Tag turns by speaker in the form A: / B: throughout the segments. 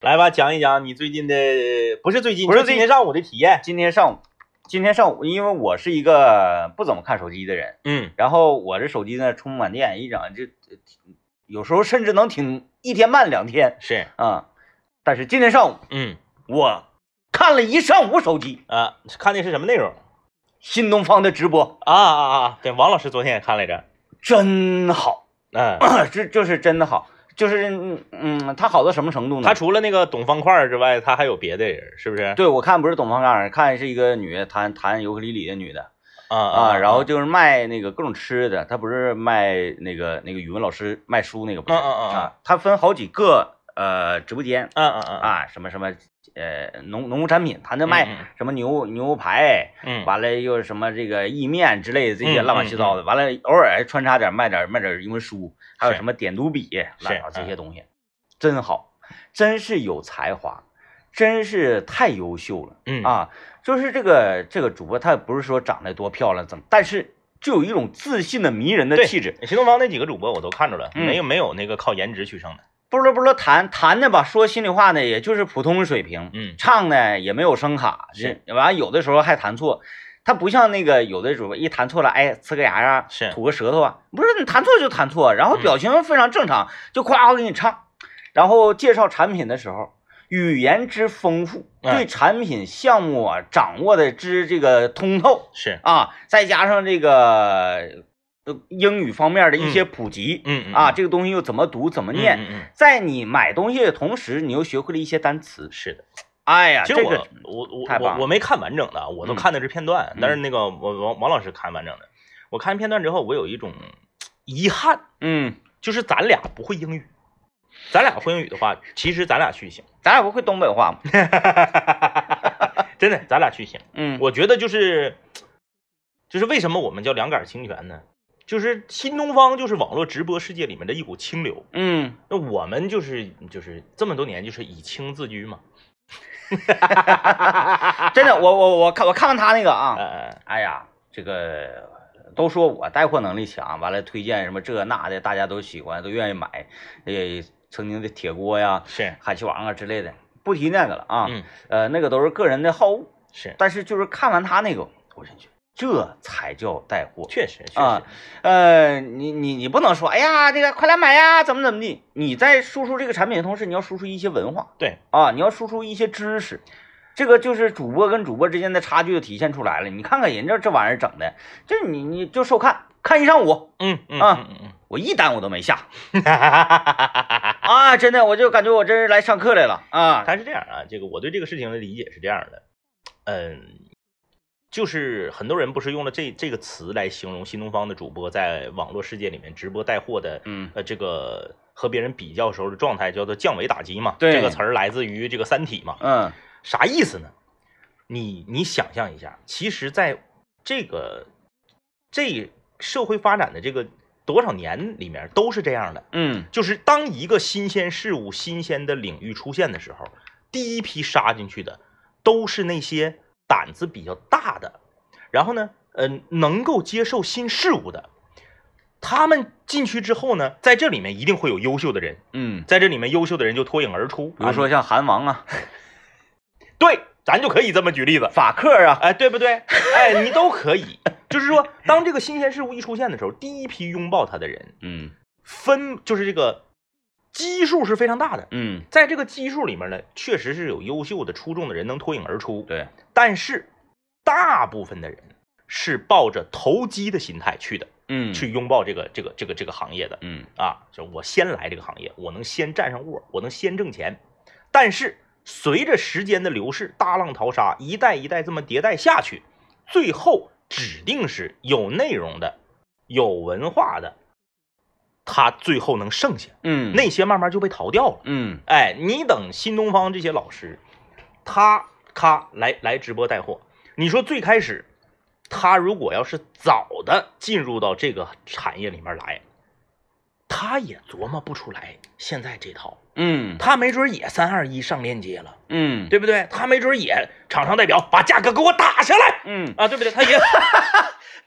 A: 来吧，讲一讲你最近的，不是最近，
B: 不是
A: 就
B: 最
A: 今天上午的体验。
B: 今天上午，今天上午，因为我是一个不怎么看手机的人，
A: 嗯，
B: 然后我这手机呢充不满电，一整就呃有时候甚至能挺一天半两天
A: 是，
B: 啊、但是今天上午
A: 嗯
B: 我看了一上午手机，
A: 啊，看的是什么内容？
B: 新东方的直播
A: 啊啊啊！对，王老师昨天也看来着。
B: 真好，
A: 嗯，
B: 这就是真的好，就是嗯嗯，它好到什么程度呢？
A: 他除了那个懂方块之外，他还有别的人，是不是？
B: 对我看不是董方刚，看是一个女的弹弹尤克里里的女的
A: 啊
B: 啊，然后就是卖那个各种吃的，她不是卖那个那个语文老师卖书那个不是
A: 嗯嗯嗯嗯
B: 啊，她分好几个呃直播间
A: 嗯嗯嗯嗯
B: 啊，什么什么呃农农副产品，她那
A: 嗯嗯
B: 卖什么牛牛排，
A: 嗯，
B: 完了又是什么这个意面之类的这些
A: 嗯
B: 乱七八糟的，完了偶尔还穿插点卖点卖点英文书，还有
A: 是
B: 什么点读笔，乱七八糟这些东西，真好，真是有才华，真是太优秀了。
A: 嗯，
B: 啊，就是这个这个主播，她不是说长得多漂亮怎么，但是就有一种自信的迷人的
A: 对
B: 气质。
A: 新东方那几个主播我都看着了，
B: 嗯
A: 没有没有那个靠颜值取胜的。
B: 不啰不啰谈谈的吧，说心里话呢，也就是普通水平，
A: 嗯
B: 唱呢也没有声卡，
A: 是
B: 这完有的时候还弹错。他不像那个有的主播一弹错了，哎，呲个牙啊，
A: 是
B: 吐个舌头啊，不是你弹错就弹错，然后
A: 嗯
B: 表情非常正常，就夸夸给你唱，然后介绍产品的时候，语言之丰富，
A: 哎
B: 对产品项目啊掌握的之这个通透，
A: 是，
B: 啊，再加上这个呃英语方面的一些普及、
A: 嗯嗯
B: 啊，，这个东西又怎么读怎么
A: 嗯
B: 念，
A: 嗯嗯
B: 在你买东西的同时，你又学会了一些单词。
A: 是的。
B: 哎呀，
A: 其实我
B: 这个
A: 啊我我
B: 太棒
A: 我
B: 了
A: 我没看完整的，我都
B: 嗯
A: 看的是片段，
B: 嗯
A: 但是那个我王王老师看完整的，我看片段之后，我有一种遗憾，
B: 嗯，
A: 就是咱俩不会英语。咱俩会英语的话，其实咱俩去行，
B: 咱俩不会东北话吗？
A: 真的，咱俩去行。
B: 嗯，
A: 我觉得就是，就是为什么我们叫两杆清泉呢？就是新东方就是网络直播世界里面的一股清流，
B: 嗯，
A: 那我们就是就是这么多年就是以清自居嘛，
B: 真的，我我我看我看完他那个啊，
A: 呃，
B: 哎呀，这个都说我带货能力强，完了推荐什么这那的，大家都喜欢，都愿意买，呃，曾经的铁锅呀、
A: 是，
B: 海气王啊之类的，不提那个了啊，
A: 嗯，
B: 呃，那个都是个人的好恶。
A: 是，
B: 但是就是看完他那个，我真觉得这才叫带货。
A: 确实，确实
B: 啊，呃，你你你不能说，哎呀，这个快来买呀，怎么怎么地？你在输出这个产品的同时，你要输出一些文化
A: 对，
B: 啊，你要输出一些知识，这个就是主播跟主播之间的差距就体现出来了。你看看人家这玩意儿整的，就是你你就受看看一上午，
A: 嗯嗯
B: 啊
A: 嗯嗯
B: 我一单我都没下
A: 嗯，
B: 啊，真的，我就感觉我真是来上课来了啊。
A: 他是这样啊，这个我对这个事情的理解是这样的，嗯，就是很多人不是用了这这个词来形容新东方的主播在网络世界里面直播带货的，
B: 嗯
A: 呃，这个和别人比较时候的状态叫做降维打击嘛，
B: 对
A: 这个词儿来自于这个《三体》嘛，
B: 嗯
A: 啥意思呢？你你想象一下，其实在这个这社会发展的这个多少年里面都是这样的，
B: 嗯，
A: 就是当一个新鲜事物、新鲜的领域出现的时候，第一批杀进去的都是那些胆子比较大的，然后呢，嗯、能够接受新事物的。他们进去之后呢，在这里面一定会有优秀的人，
B: 嗯，
A: 在这里面优秀的人就脱颖而出。
B: 比如
A: 啊，
B: 说像韩王啊、
A: 对，咱就可以这么举例子。
B: 法克啊，
A: 哎，对不对？哎，你都可以。就是说，当这个新鲜事物一出现的时候，第一批拥抱它的人
B: 嗯
A: 分就是这个基数是非常大的。
B: 嗯，
A: 在这个基数里面呢，确实是有优秀的、出众的人能脱颖而出。
B: 对，
A: 但是大部分的人是抱着投机的心态去的，
B: 嗯
A: 去拥抱这个这个这个这个行业的
B: 嗯
A: 啊，就我先来这个行业，我能先占上窝，我能先挣钱。但是随着时间的流逝，大浪淘沙，一代一代这么迭代下去，最后指定是有内容的、有文化的，他最后能剩下，
B: 嗯，
A: 那些慢慢就被淘掉了。
B: 嗯
A: 哎，你等新东方这些老师，他咔来来直播带货，你说最开始他如果要是早的进入到这个产业里面来，他也琢磨不出来现在这套，
B: 嗯
A: 他没准也三二一上链接了，
B: 嗯
A: 对不对？他没准也厂商代表把价格给我打下来
B: 嗯，
A: 啊，对不对？他也。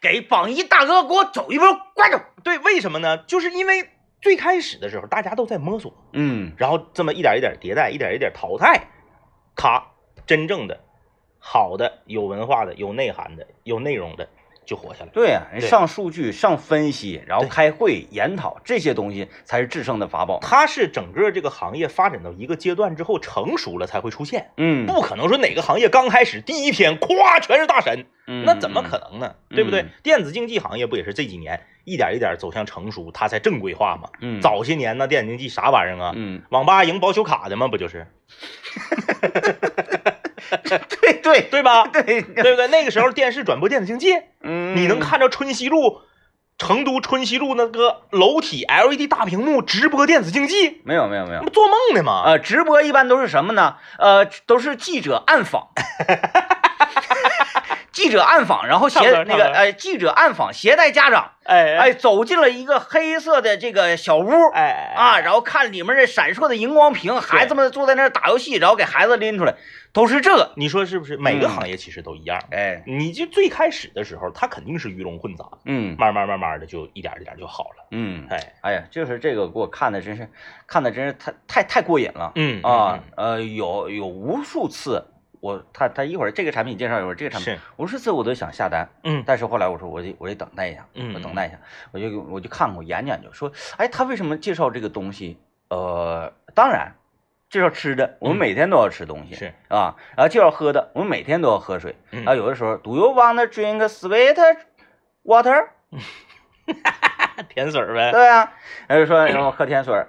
B: 给榜一大哥给我走一波，快走！
A: 对，为什么呢？就是因为最开始的时候大家都在摸索，
B: 嗯
A: 然后这么一点一点迭代，一点一点淘汰，咔，真正的好的、有文化的、有内涵的、有内容的就活下来。
B: 对呀、
A: 对
B: 上数据、上分析，然后
A: 对
B: 开会研讨这些东西才是制胜的法宝。
A: 它是整个这个行业发展到一个阶段之后成熟了才会出现，
B: 嗯，
A: 不可能说哪个行业刚开始第一天咵全是大神，
B: 嗯，
A: 那怎么
B: 嗯
A: 可？能呢？对不对
B: 嗯？
A: 电子竞技行业不也是这几年一点一点走向成熟，它才正规化吗？
B: 嗯，
A: 早些年呢，电子竞技啥玩意儿啊？
B: 嗯，
A: 网吧赢保修卡的吗？不就是
B: 对对
A: 对吧？
B: 啊 对
A: 对不对？那个时候电视转播电子竞技，
B: 嗯，
A: 你能看着春熙路，成都春熙路那个楼体 LED 大屏幕直播电子竞技，
B: 没有没有没有
A: 那不，做梦呢吗？
B: 呃，直播一般都是什么呢？呃，都是记者暗 访，记者暗访，然后
A: 差不
B: 携
A: 多
B: 那
A: 差
B: 个
A: 不多
B: 呃，记者暗访携带家长，
A: 哎
B: 哎，走进了一个黑色的这个小屋。
A: 哎
B: 啊，然后看里面这闪烁的荧光屏，孩子们坐在那儿打游戏，然后给孩子拎出来，都是这个。
A: 你说是不是？
B: 嗯
A: 每个行业其实都一样。
B: 哎，
A: 你就最开始的时候，它肯定是鱼龙混杂，
B: 嗯
A: 慢慢慢慢的就一点一点就好了。
B: 嗯，
A: 哎，
B: 哎呀，就是这个给我看的真是，看的真是太太太过瘾了。
A: 嗯
B: 啊，，呃，有有无数次，我他他一会儿这个产品介绍，一会儿这
A: 嗯
B: 个产品，
A: 是，
B: 无数次我都想下单，
A: 嗯
B: 但是后来我说我得我得等待一下，
A: 嗯
B: 我等待一下，我就我就看过研究研究，说，哎，他为什么介绍这个东西？呃，当然，介绍吃的，我们
A: 嗯
B: 每天都要吃东西，
A: 是
B: 啊，然后介绍喝的，我们每天都要喝水，
A: 嗯
B: 啊，有的时候，Do you want to drink sweet water？
A: 甜水儿呗。
B: 对啊，然后说然后喝甜水儿，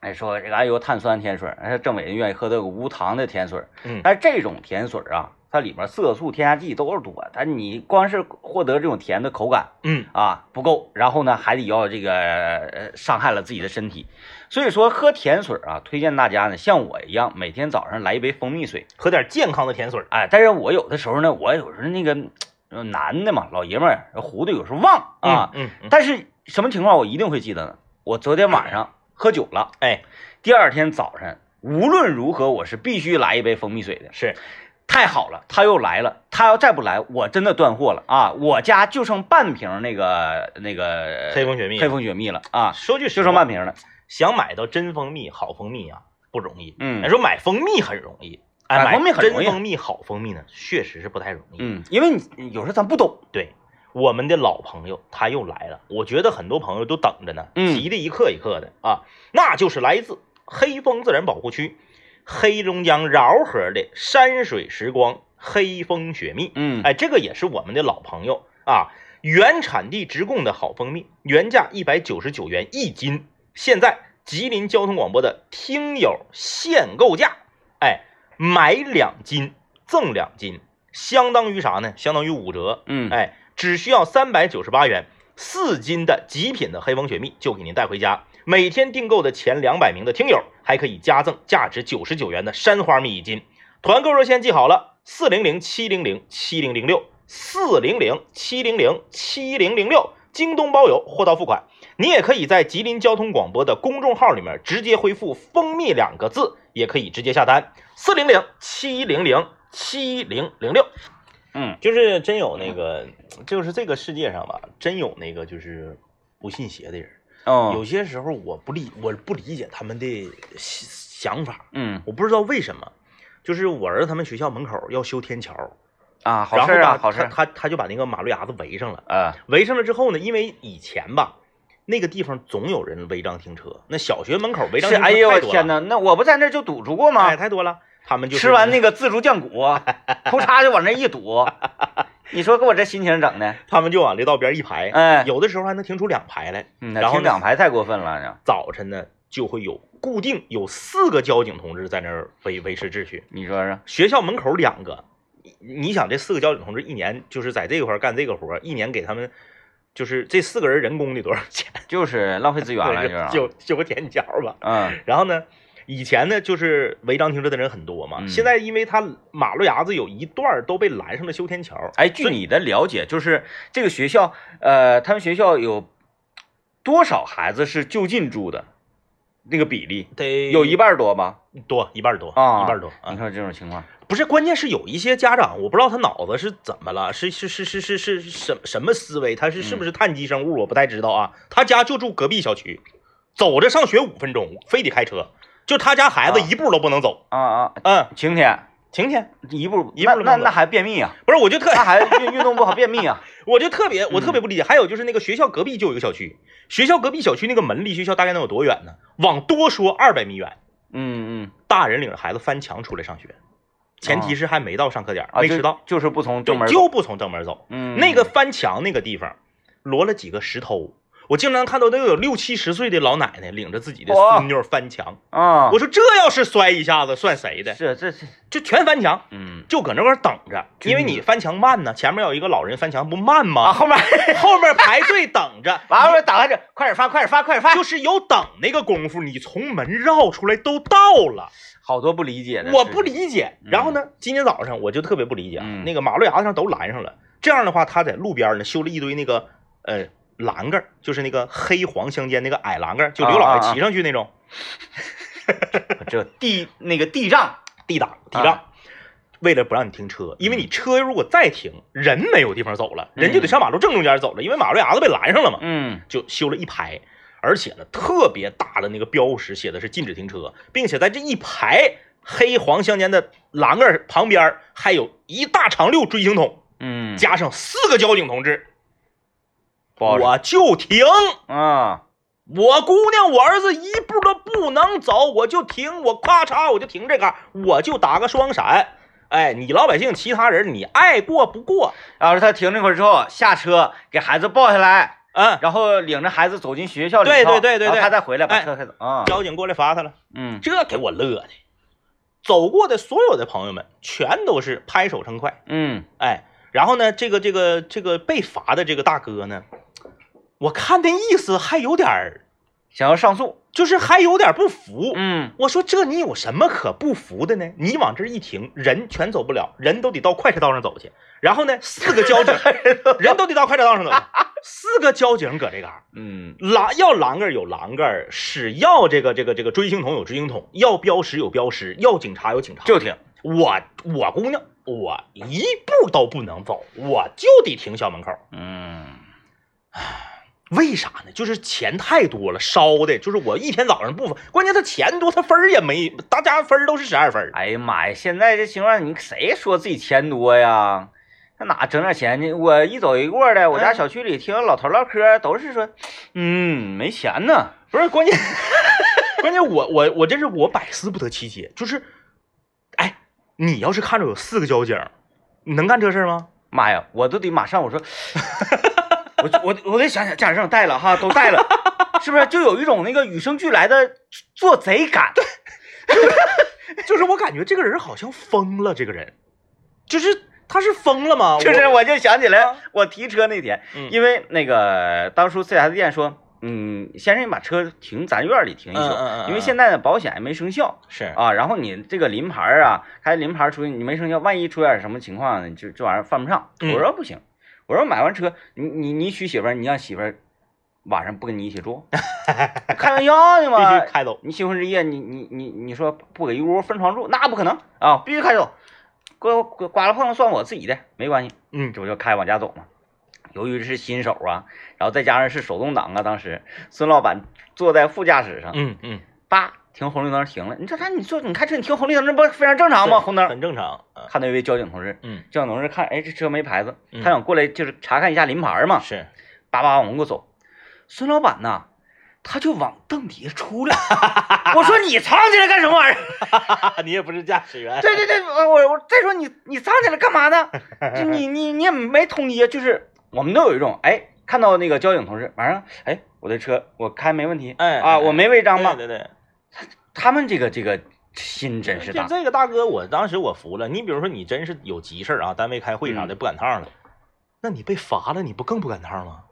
B: 哎说这个哎呦碳酸甜水儿，哎政委愿意喝这个无糖的甜水儿，
A: 嗯
B: 但是这种甜水儿啊，它里面色素、添加剂都是多，但你光是获得这种甜的口感
A: 嗯，
B: 啊不够，然后呢还得要这个呃伤害了自己的身体，所以说喝甜水儿啊，推荐大家呢像我一样每天早上来一杯蜂蜜水，
A: 喝点健康的甜水儿。
B: 哎，但是我有的时候呢，我有时候那个呃男的嘛，老爷们儿糊涂，有时候忘啊。
A: 嗯，嗯嗯
B: 但是什么情况我一定会记得呢？我昨天晚上喝酒了，
A: 哎，
B: 第二天早晨无论如何我是必须来一杯蜂蜜水的。
A: 是，
B: 太好了，他又来了，他要再不来，我真的断货了啊！我家就剩半瓶那个那个
A: 黑蜂雪蜜。
B: 呃黑蜂雪蜜了啊，
A: 说句
B: 就
A: 实
B: 剩
A: 话
B: 半，瓶了。
A: 想买到真蜂蜜、好蜂蜜啊，不容易。
B: 嗯
A: 你说买蜂蜜很容易，哎，
B: 买蜂蜜很容易
A: 真蜂蜜、好蜂蜜呢，确实是不太容易。
B: 嗯，因为你有时候咱不懂，
A: 对，我们的老朋友他又来了，我觉得很多朋友都等着呢，
B: 嗯
A: 急的一刻一刻的啊，那就是来自黑风自然保护区黑龙江饶河的山水时光黑风雪蜜，
B: 嗯，
A: 哎，这个也是我们的老朋友啊，原产地直供的好蜂蜜，原价一百九十九元一斤，现在吉林交通广播的听友限购价，哎，买两斤赠两斤，相当于啥呢？相当于五折，
B: 嗯，
A: 哎，只需要三百九十八元，四斤的极品的黑蜂雪蜜就给您带回家。每天订购的前两百名的听友还可以加赠价值九十九元的山花蜜一斤。团购热线记好了，四零零七零零七零零六，四零零七零零七零零六，京东包邮，货到付款。你也可以在吉林交通广播的公众号里面直接回复“蜂蜜”两个字，也可以直接下单，四零零七零零七零零六。
B: 嗯，
A: 就是真有那个，就是这个世界上吧，真有那个就是不信邪的人。有
B: 哦，
A: 些时候我不理，我不理解他们的想想法，
B: 嗯
A: 我不知道为什么。就是我儿子他们学校门口要修天桥，
B: 啊，好
A: 然
B: 事
A: 后
B: 儿啊，
A: 吧，
B: 好事
A: 他
B: 儿，
A: 他他就把那个马路牙子围上了。
B: 啊，
A: 围上了之后呢，因为以前吧，那个地方总有人违章停车，那小学门口违章
B: 是，
A: 停车太
B: 哎
A: 多
B: 呦
A: 了，
B: 我天哪，那我不在那儿就堵住过
A: 哎，
B: 吗？
A: 太多了。他们就
B: 吃完那个自助酱骨，裤衩就往那儿 一堵，你说给我这心情整的，
A: 他们就往这道边一排，
B: 哎
A: 哎有的时候还能停出两排来。
B: 嗯
A: 然后
B: 听
A: 呢
B: 两排太过分了呢。
A: 早晨呢就会有固定有四个交警同志在那儿维维持秩序，
B: 你说说，
A: 学校门口两个，你你想这四个交警同志一年就是在这块儿干这个活儿，一年给他们就是这四个人人工得多少钱？
B: 就是浪费资源了，就是啊，
A: 就就个天桥吧。
B: 嗯
A: 然后呢，以前呢就是违章停车的人很多嘛，
B: 嗯
A: 现在因为他马路牙子有一段儿都被拦上了修天桥，
B: 哎，据你的了解，就是这个学校，呃，他们学校有多少孩子是就近住的？那个比例
A: 得
B: 有一半儿多吧？
A: 多一半儿多
B: 啊
A: 一半儿多啊
B: 你。看这种情况，
A: 不是，关键是有一些家长，我不知道他脑子是怎么了，是是是是是
B: 嗯
A: 是什什么思维？他是是不是碳基生物？我不太知道啊。他家就住隔壁小区，走着上学五分钟，非得开车，就他家孩子
B: 啊
A: 一步都不能走。
B: 啊啊，
A: 嗯，
B: 晴天
A: 晴天，
B: 一步
A: 一步都
B: 那那
A: 不能
B: 那还便秘啊？
A: 不是，我就特
B: 那还运运动不好便秘啊？
A: 我就特别我特
B: 嗯
A: 别不理解。还有就是那个学校隔壁就有一个小区，学校隔壁小区那个门离学校大概能有多远呢？往多说二百米远，
B: 嗯嗯，
A: 大人领着孩子翻墙出来上学，前提是还没到上课点儿，
B: 啊
A: 没
B: 就
A: 迟到，
B: 就是不从正门
A: 对
B: 走
A: 就不从正门走。
B: 嗯
A: 那个翻墙那个地方，摞了几个石头。我经常看到都有六七十岁的老奶奶领着自己的
B: 哇
A: 孙女儿翻墙，
B: 啊，
A: 我说这要是摔一下子算谁的？
B: 是这是
A: 就全翻墙，
B: 嗯
A: 就搁那块儿等着，因为你翻墙慢呢，前面有一个老人翻墙不慢
B: 啊，
A: 吗？
B: 后面，
A: 后面排队等着
B: 完了打完这，快点发，快点发，快点发，
A: 就是有等那个功夫，你从门绕出来都到了，
B: 好多不理解的，
A: 我不，理解。
B: 嗯
A: 然后呢，今天早上我就特别不理解啊，
B: 嗯
A: 那个马路牙子上都拦上了，这样的话，他在路边呢修了一堆那个呃栏杆儿，就是那个黑黄相间那个矮栏杆儿，就刘老
B: 啊啊啊
A: 爷骑上去那种
B: 这地那个地障
A: 地挡地障。
B: 啊
A: 为了不让你停车，因为
B: 嗯
A: 你车如果再停，人没有地方走了，人就得上马路正中间走了，因为马路牙子被拦上了嘛。
B: 嗯
A: 就修了一排，而且呢特别大的那个标识写的是禁止停车，并且在这一排黑黄相间的栏杆儿旁边儿还有一大长溜锥形桶，
B: 嗯，
A: 加上四个交警同志，
B: 不好
A: 我就停。
B: 啊，
A: 我姑娘，我儿子一步都不能走，我就停，我咔嚓我就停这嘎、我就打个双闪。哎，你老百姓其他人你爱过不过，
B: 要是他停那会儿之后下车给孩子抱下来，
A: 嗯，
B: 然后领着孩子走进学校里头，
A: 对对对对对
B: 然后他再回来把
A: 哎
B: 车开走啊，
A: 交警过来罚他了。
B: 嗯
A: 这给我乐的，走过的所有的朋友们全都是拍手称快，
B: 嗯
A: 哎，然后呢，这个这个这个被罚的这个大哥呢，我看那意思还有点儿，
B: 想要上诉，
A: 就是还有点不服。
B: 嗯
A: 我说这你有什么可不服的呢？你往这一停，人全走不了，人都得到快车道上走去。然后呢，四个交警，人都得到快车道上走去，四个交警搁这嘎、
B: 嗯
A: 栏要栏杆儿有栏杆儿，是要这个这个这个锥形桶有锥形桶，要标识有标识，要警察有警察。
B: 就停，
A: 我我姑娘，我一步都不能走，我就得停校门口。
B: 嗯
A: 为啥呢？就是钱太多了，烧的，就是我一天早上不分，关键他钱多，他分儿也没，大家分儿都是十二分儿。啊
B: 哎呀妈呀！现在这情况，你谁说自己钱多呀？他哪整点钱去？我一走一过的，我
A: 哎
B: 家小区里听老头唠嗑，都是说，嗯，没钱呢。
A: 不是关键，关键我我我真是我百思不得其解，就是，哎，你要是看着有四个交警，你能干这事儿吗？
B: 妈呀，我都得马上我说， 我就我我得想想驾驶证带了哈，都带了，是不是？就有一种那个与生俱来的做贼感。
A: 就是我感觉这个人好像疯了，这个人，就是他是疯了吗？
B: 就是我就想起来
A: 啊
B: 我提车那天，
A: 嗯
B: 因为那个当初四 S 店说，嗯，先生你把车停咱院里停一
A: 嗯
B: 宿
A: 嗯嗯，嗯
B: 因为现在的保险还没生效。
A: 我是
B: 啊，然后你这个临牌儿啊，开临牌儿出去，你没生效，万一出点什么情况，你就这玩意儿犯不上。
A: 嗯
B: 我说不行，我说买完车，你你你娶媳妇儿，你让媳妇儿晚上不跟你一起 住，开玩笑呢
A: 必
B: 嘛。
A: 须开走。
B: 你新婚之夜，你你你你说不给一屋分床住，那不可能啊，必须开走。刮刮刮了碰了算我自己的，没关系，
A: 嗯
B: 这不就开往家走吗？由于是新手啊，然后再加上是手动挡啊，当时孙老板坐在副驾驶上，
A: 嗯嗯，
B: 叭，停红绿灯停了。你这他你坐你开车你停红绿灯，这不非常正常吗？
A: 对
B: 红灯，
A: 很正常。嗯
B: 看到一位交警同志，
A: 嗯，
B: 交警同志看，哎，这车没牌子，
A: 嗯
B: 他想过来就是查看一下临牌嘛，
A: 啊是
B: 叭叭往过走。孙老板呐，他就往凳底下出 来。我说你藏起来干什么玩意儿？
A: 啊，你也不是驾驶员。
B: 对对对，我我我再说你你藏起来干嘛呢？就你你你也没通缉，就是我们都有一种哎，看到那个交警同志，晚上哎，我的车我开没问题，
A: 哎
B: 啊，我没违章吧？
A: 对对对，
B: 他们这个这个心真是
A: 这
B: 大。
A: 这个大哥，我当时我服了。你比如说，你真是有急事儿啊，单位开会啥的不赶趟了，那你被罚了，你不更不赶趟吗？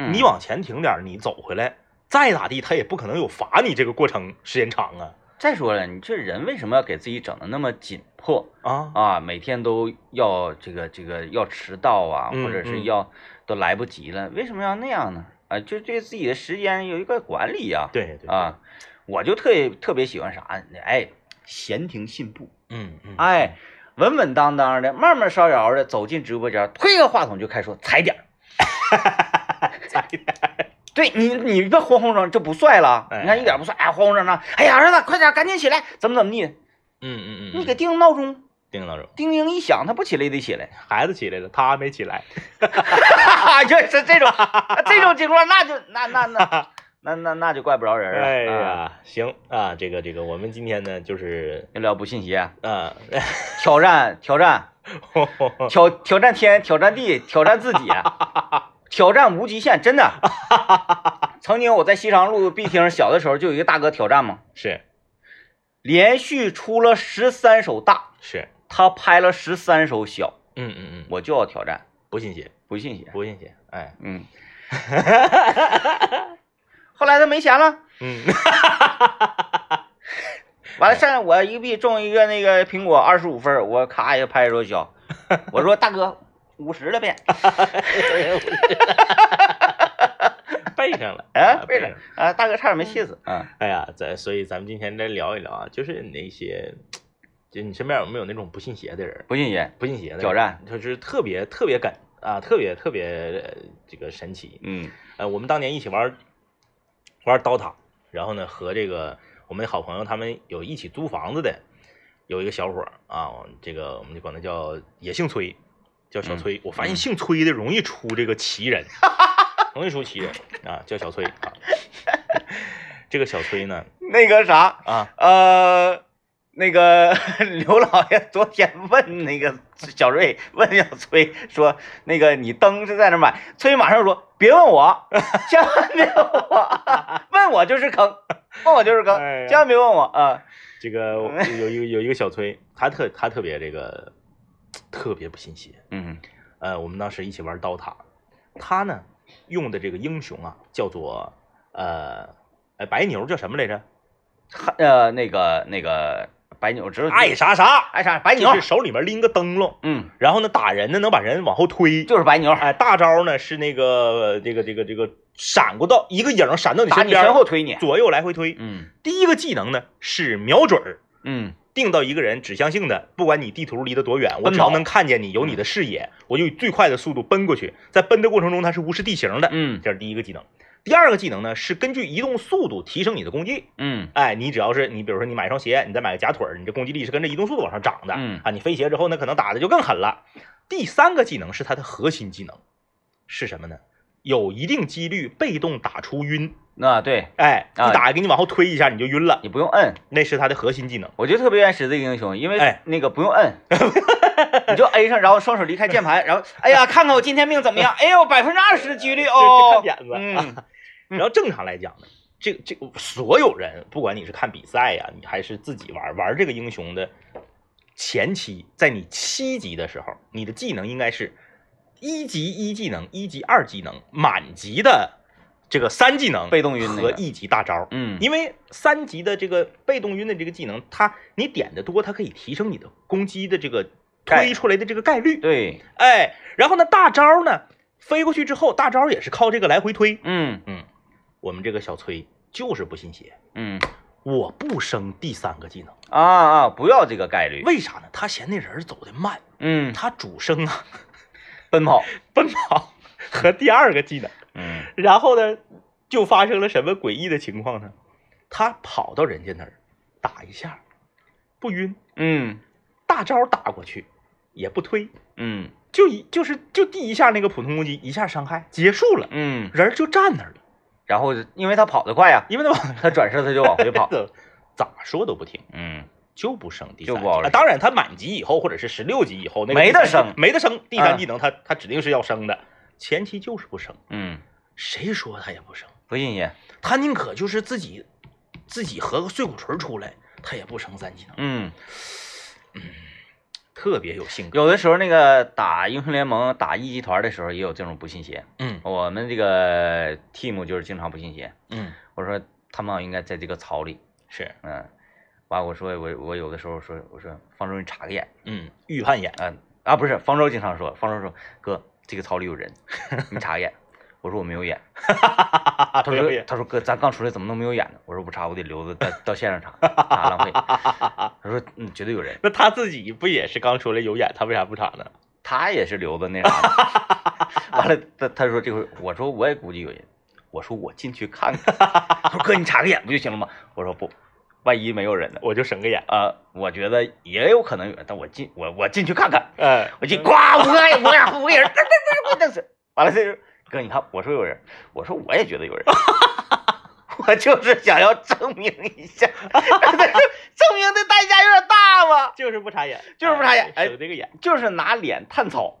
B: 嗯
A: 你往前停点儿，你走回来，再咋地，他也不可能有罚你这个过程时间长啊
B: 再说了，你这人为什么要给自己整的那么紧迫
A: 啊！
B: 啊？每天都要这个这个要迟到啊，
A: 嗯
B: 或者是
A: 嗯
B: 要都来不及了，为什么要那样呢？啊，就对自己的时间有一个管理呀、
A: 对对，
B: 啊，我就特别特别喜欢啥呢？哎，闲庭信步，
A: 嗯嗯，
B: 哎，稳稳当当的，慢慢稍摇的走进直播间，推个话筒就开始说踩点儿，
A: 差一点儿，
B: 对你，你别慌慌张张，这不帅了。
A: 哎
B: 你看一点不帅，哎，慌慌张张。哎呀，儿子，快点，赶紧起来，怎么怎么地？
A: 嗯嗯嗯，
B: 你给定闹钟，
A: 叮当着，
B: 叮铃一响，他不起来也得起来。
A: 孩子起来了，他还没起来，
B: 就是 这种这种情况，那就那那那那那那就怪不着人了。
A: 哎
B: 啊，
A: 呀，行啊，这个这个，我们今天呢就是
B: 聊不信邪，
A: 啊，
B: 挑战挑战挑挑战天，挑战地，挑战自 己，挑战无极限，真的。曾经我在西昌路 B 厅小的时候，就有一个大哥挑战嘛，
A: 是
B: 连续出了十三首大，
A: 是，
B: 他拍了十三首小，
A: 嗯嗯嗯，
B: 我就要挑战，
A: 不信邪，
B: 不信邪。
A: 不信邪，哎，
B: 嗯， 后来他没钱了，
A: 嗯，
B: 完了上我一个币中一个那个苹果二十五分儿，我咔一拍手 小，我说大哥五十 了呗，
A: 背上了，
B: 啊，为
A: 哎背上
B: 了
A: 了，
B: 啊大哥差点没气死，嗯，
A: 哎呀，咱所以咱们今天来聊一聊啊，就是那些，就你身边有没有那种不信邪的人？
B: 不信邪，
A: 不信邪的
B: 挑战，
A: 就是特别特别敢啊，特别特别呃这个神奇。
B: 嗯
A: 呃，我们当年一起玩玩刀塔，然后呢和这个我们的好朋友他们有一起租房子的，有一个小伙儿啊，我们这个我们就管他叫也姓崔，叫小崔。我发现姓崔的容易出这个奇人，容易出奇人啊，叫小崔啊。 这个小崔呢
B: 那个啥，
A: 啊，
B: 呃，那个 刘老爷昨天问那个小瑞， 问小崔说，那个你灯是在哪买？崔马上说，别问 我，千万别问我，问我就是坑，问我就是坑
A: 哎呀，
B: 千万别问我啊。
A: 这个我有一个有一个小崔，他特他特别这个特别不信邪。
B: 嗯
A: 呃，我们当时一起玩刀塔，他呢用的这个英雄啊叫做呃，哎白牛叫什么来着？
B: 哼，呃，那个那个白牛，知道
A: 艾莎莎，
B: 爱啥白牛
A: 就，是手里面拎个灯笼，
B: 嗯，
A: 然后呢打人呢能把人往后推，
B: 就是白牛，
A: 哎大招呢是那个这个这个这个闪过到一个影儿闪到你
B: 打
A: 身
B: 你
A: 边，
B: 身后推你，
A: 左右来回推。
B: 嗯
A: 第一个技能呢是瞄准儿。
B: 嗯
A: 定到一个人指向性的，不管你地图离得多远，我
B: 奔
A: 只要
B: 跑
A: 能看见你，有你的视野，我就以最快的速度奔过去。在奔的过程中，它是无视地形的，
B: 嗯
A: 这是第一个技能。第二个技能呢是根据移动速度提升你的攻击。
B: 嗯
A: 哎，你只要是你，比如说你买一双鞋，你再买个假腿儿，你这攻击力是跟着移动速度往上涨的。
B: 嗯
A: 啊，你飞鞋之后呢，可能打的就更狠了。第三个技能是它的核心技能，是什么呢？有一定几率被动打出晕。
B: 那对
A: 哎，
B: 啊
A: 一打给你往后推一下，你就晕了，
B: 你不用摁，
A: 那是它的核心技能。
B: 我就特别愿意使这个英雄，因为
A: 哎
B: 那个不用 摁，你就 A 上，然后双手离开键盘，然后哎呀，看看我今天命怎么样？哎呦，百分之二十的几率哦
A: 就，就看点子
B: 嗯， 嗯
A: 然后正常来讲呢，这个这个所有人，不管你是看比赛呀、你还是自己玩玩这个英雄的前期，在你七级的时候，你的技能应该是一级一技能、一级二技能、满级的这个三技能
B: 被动晕那
A: 和
B: 个
A: 一级大招。
B: 嗯，
A: 因为三级的这个被动晕的这个技能，它你点的多，它可以提升你的攻击的这个
B: 概
A: 推出来的这个概率。
B: 对，
A: 哎，然后呢，大招呢飞过去之后，大招也是靠这个来回推。
B: 嗯
A: 嗯，我们这个小崔就是不信邪，
B: 嗯
A: 我不升第三个技能，
B: 啊啊，不要这个概率，
A: 为啥呢？他嫌那人儿走得慢，
B: 嗯，
A: 他主升啊
B: 奔跑，
A: 奔跑和第二个技能，
B: 嗯
A: 然后呢就发生了什么诡异的情况呢？他跑到人家那儿打一下，不晕，
B: 嗯
A: 大招打过去也不推，
B: 嗯
A: 就一就是就第一下那个普通攻击一下伤害结束了，
B: 嗯，
A: 人儿就站那儿了，
B: 然后因为他跑得快啊呀，
A: 因为他往，
B: 他转身他就往回跑
A: 咋说都不听。
B: 嗯，
A: 就不升第
B: 就
A: 三
B: 不好
A: 技啊
B: 升
A: 当然，他满级以后或者是十六级以后，那个
B: 没得
A: 第三
B: 升
A: 没得升。第
B: 嗯
A: 三技能他他指定是要升的，前期就是不升，
B: 嗯，
A: 谁说他也不升，
B: 不信邪，
A: 他宁可就是自己自己合个碎骨锤出来，他也不升三技能，
B: 嗯，
A: 特别有性格。
B: 有的时候那个打英雄联盟打一级团的时候也有这种不信邪，
A: 嗯
B: 我们这个 team 就是经常不信邪。
A: 嗯，
B: 我说他们好像应该在这个草里，
A: 是
B: 嗯，完我说我我有的时候说我说方舟你查个眼，
A: 嗯，预判眼
B: 嗯啊不是方舟经常说，方舟说哥这个草里有人，你查个眼，我说我没有 眼，
A: 啊，
B: 他
A: 特
B: 说
A: 别
B: 他说哥咱刚出来怎么能没有眼呢？我说不查我得留着到到线上 查，怕浪费，他说嗯绝对有人，
A: 那他自己不也是刚出来有眼，他为啥不查呢？
B: 他也是留着那啥的，完了他他说这回我说我也估计有人，我说我进去看看，他说哥你插个眼不就行了吗？我说不，万一没有人呢？
A: 我就省个眼。
B: 啊，我觉得也有可能有人，但我进我我进去看看，
A: 哎，
B: 我进呱五个人五个人五个人，噔噔噔噔噔噔，完了这就哥你看我说有人，我说我也觉得有人， 我就是想要证明一下，但是证明的代价有点大吧。
A: 就是不插眼，
B: 就是不插眼哎
A: 省这个眼。
B: 就是拿脸探草，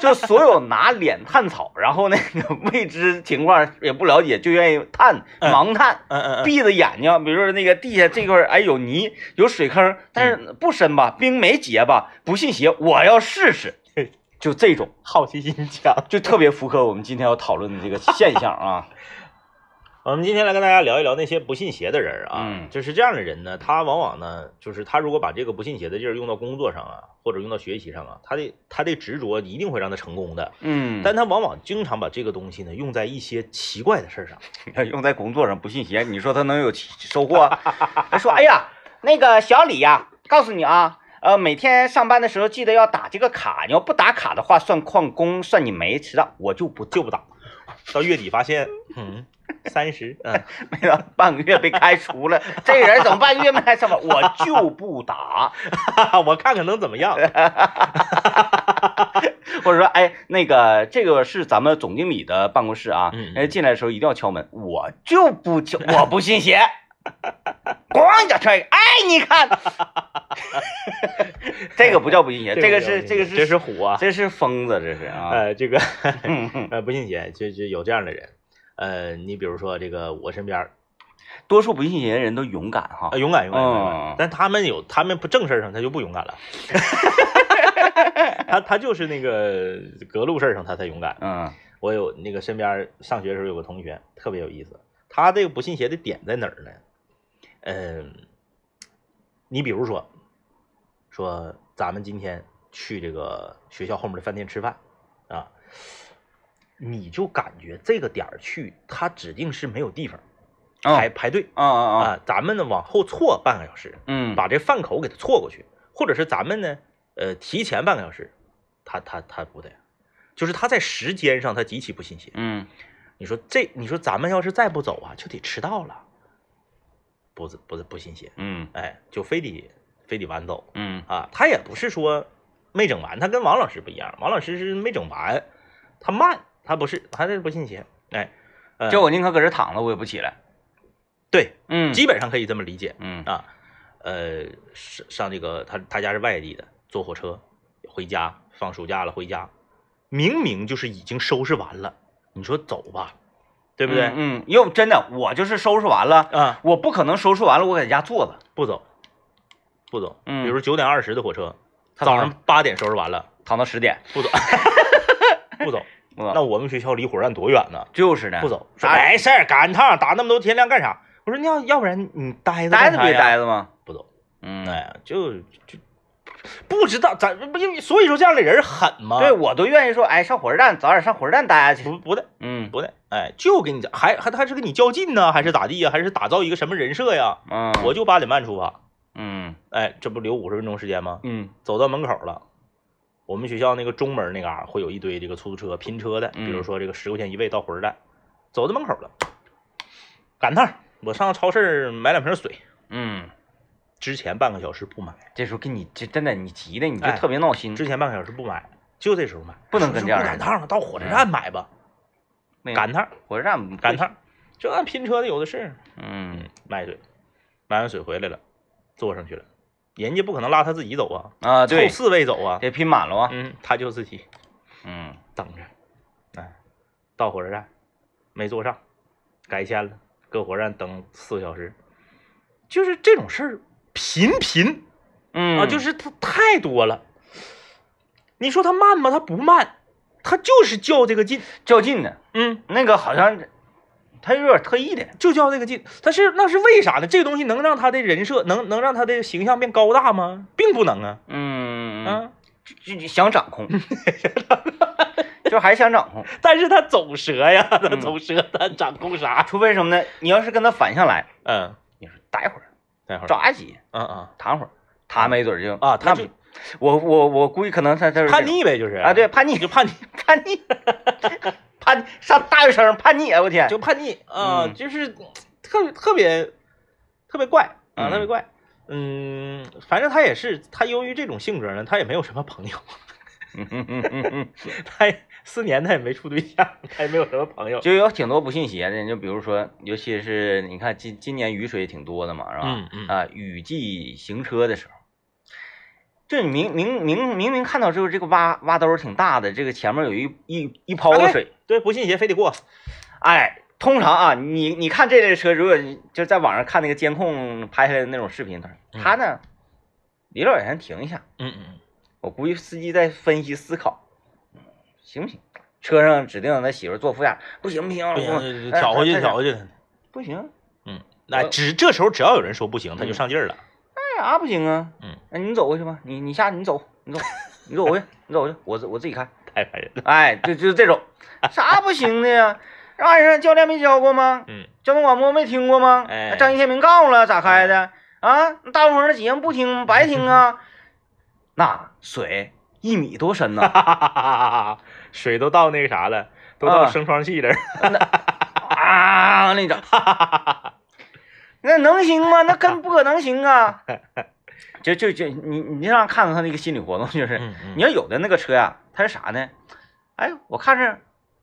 B: 就所有拿脸探草，然后那个未知情况也不了解，就愿意探，
A: 嗯
B: 盲探，
A: 嗯嗯嗯，
B: 闭着眼睛，比如说那个地下这块儿，哎，有泥，有水坑，但是
A: 嗯
B: 不深吧，冰没结吧，不信邪，我要试试，就这种，
A: 好奇心强。
B: 就特别符合我们今天要讨论的这个现 象啊，
A: 我们今天来跟大家聊一聊那些不信邪的人啊，
B: 嗯
A: 就是这样的人呢，他往往呢，就是他如果把这个不信邪的劲儿用到工作上啊，或者用到学习上啊，他的他的执着一定会让他成功的，
B: 嗯，
A: 但他往往经常把这个东西呢用在一些奇怪的事儿上。
B: 用在工作上不信邪，你说他能有其收获？ 他说：“哎呀，那个小李呀、告诉你啊，呃，每天上班的时候记得要打这个卡，你要不打卡的话，算旷工，算你没迟到。我就不
A: 就不打。到月底发现，嗯，三十， 嗯，
B: 没了，半个月被开除了，这人怎么半个月没来上班？我就不打。
A: 我看看能怎么样？
B: 哎或者说，哎，那个这个是咱们总经理的办公室啊
A: 嗯，
B: 哎，进来的时候一定要敲门，我就不敲，我不信邪。”咣一脚踹，哎，你看， 这个不叫不信邪，这个是这个
A: 这
B: 是
A: 是虎啊，
B: 这是疯子，这是啊。
A: 呃，这个
B: 嗯嗯
A: 呃不信邪，就就有这样的人。呃，你比如说这个我身边儿，
B: 多数不信邪的人都勇敢哈
A: 呃，。勇敢勇敢勇
B: 哦
A: 敢，但他们有他们不正事儿上他就不勇敢了，他他就是那个隔路事儿上他才勇敢。
B: 嗯
A: 我有那个身边儿上学的时候有个同学特别有意思，他这个不信邪的点在哪儿呢？嗯，你比如说，说咱们今天去这个学校后面的饭店吃饭啊，你就感觉这个点儿去，他指定是没有地方
B: 哦
A: 排排队
B: 啊啊啊！
A: 啊，咱们呢往后错半个小时，
B: 嗯，
A: 把这饭口给它错过去，或者是咱们呢，呃，提前半个小时，他他他不对，就是他在时间上他极其不信邪。
B: 嗯
A: 你说这，你说咱们要是再不走啊，就得迟到了，不是不是不信邪，
B: 嗯
A: 哎，就非得非得晚走
B: 嗯
A: 啊。他也不是说没整完，他跟王老师不一样，王老师是没整完，他慢，他不是，他这是不信邪，哎，呃、
B: 就我宁可搁这躺着，我也不起来。
A: 对，
B: 嗯
A: 基本上可以这么理解。
B: 嗯
A: 啊，呃，上上这个他他家是外地的，坐火车回家，放暑假了回家，明明就是已经收拾完了，你说走吧，对
B: 对
A: 不对？
B: 嗯，又真的，我就是收拾完了，
A: 啊，
B: 我不可能收拾完了我在家坐着
A: 不走，不走，
B: 嗯
A: 比如九点二十的火车，
B: 他
A: 早
B: 走
A: 上八点收拾完了，
B: 躺到十点。
A: 不 走， 不走，那
B: 那
A: 我们学校离火车站多远呢？
B: 就是呢，
A: 不走，说
B: 哎，
A: 没事儿，赶趟，打那么多天亮干啥？我说你要要不然你待着
B: 呆
A: 干
B: 着
A: 啥
B: 别
A: 呀
B: 呆，着嘛。
A: 不走。
B: 嗯，
A: 哎呀，就就不知道，咱不因为所以说这样的人狠吗？
B: 对，我都愿意说，哎，上火车站早点上火车站待下去。
A: 不不对
B: 嗯
A: 不对，哎，就给你讲还还还是跟你较劲呢，还是咋地呀？还是打造一个什么人设呀？
B: 嗯，
A: 我就八点半出发，
B: 嗯
A: 哎，这不留五十分钟时间吗？
B: 嗯
A: 走到门口了，我们学校那个中门那嘎、儿会有一堆这个出租车拼车的，比如
B: 嗯
A: 说这个十块钱一位到火车站，走到门口了，赶趟儿，我上超市买两瓶水，
B: 嗯，
A: 之前半个小时不买，
B: 这时候跟你这真的你急的你就
A: 哎
B: 特别闹心，
A: 之前半个小时不买，就这时候买，
B: 不能
A: 说
B: 跟
A: 是
B: 这样
A: 不赶
B: 人嗯
A: 趟儿了，到火车站买吧，
B: 那个
A: 赶趟儿
B: 火车站不
A: 赶趟儿，嗯这按拼车的有的是，
B: 嗯
A: 买水，买完水回来了，坐上去了，人家不可能拉他自己走啊，
B: 啊，对
A: 凑，四位走啊，
B: 得拼满了啊。
A: 嗯，他就自己
B: 嗯
A: 等着，哎，到火车站没坐上，改签了，搁火车站等四个小时，就是这种事儿频频
B: 嗯
A: 啊，就是他太多了。你说他慢吗？他不慢，他就是较这个劲，
B: 较劲呢，
A: 嗯，
B: 那个好像他有点特意的。
A: 就较这个劲。他是那是为啥呢？这个东西能让他的人设能能让他的形象变高大吗？并不能啊，
B: 嗯嗯，
A: 啊，
B: 就就就想掌 控，就还想掌控，
A: 但是他走折呀，他
B: 嗯
A: 走折，他掌控啥？
B: 啊除非什么呢？你要是跟他反向来，
A: 嗯，
B: 你说待会儿，
A: 待会儿，
B: 抓急，
A: 嗯嗯，
B: 躺会儿，他没准儿就
A: 啊他
B: 那
A: 就
B: 不我我我估计可能他他是啊
A: 叛逆呗，就是
B: 啊，对，叛逆
A: 就叛逆，
B: 叛逆叛叛上大学生叛逆，哎我天，
A: 就叛逆啊、
B: 嗯
A: 就是特别特别特别怪啊、
B: 嗯
A: 特别怪。嗯，反正他也是，他由于这种性格呢，他也没有什么朋友，
B: 嗯嗯嗯嗯嗯
A: 他也四年他也没处对象， 他也没有什么朋友。
B: 就有挺多不信邪的，就比如说，尤其是你看今今年雨水挺多的嘛，是吧？
A: 嗯嗯
B: 啊，雨季行车的时候，这你明明明明明看到之后，这个挖挖兜儿挺大的，这个前面有一一一泡
A: 啊
B: 子水，
A: 对，不信邪非得过。
B: 哎，通常啊，你你看这类车，如果你就在网上看那个监控拍下来的那种视频，他
A: 嗯
B: 说他呢，离老远停一下，
A: 嗯嗯
B: 我估计司机在分析思考，嗯行不行？车上指定他媳妇儿坐副驾，不行不行，
A: 嗯，不
B: 我
A: 行，
B: 哎
A: 挑回去
B: 他他
A: 挑回去。
B: 不行，
A: 嗯，那只这时候只要有人说不行，他就
B: 嗯
A: 上劲儿了。
B: 干啥不行啊？
A: 嗯，
B: 那你走过去吧，你你下你走，你 走，你走过去，你走过去，我自我自己开。
A: 太烦人了。
B: 哎，就就这种，啥不行的呀？让二人教练没教过吗？
A: 嗯，
B: 交通广播没听过吗？
A: 哎
B: 张一天明告了咋开的啊？大陆风那节目不听白听 啊？那水一米多深 呐、
A: 哈哈哈哈哈！水都到那个啥了，都到
B: 啊
A: 生窗气了。
B: 啊！那 整，那能行吗？那根本不可能行啊！ 就就就你你这样看到他那个心理活动就是。
A: 嗯嗯
B: 你要有的那个车呀、它是啥呢？哎，我看着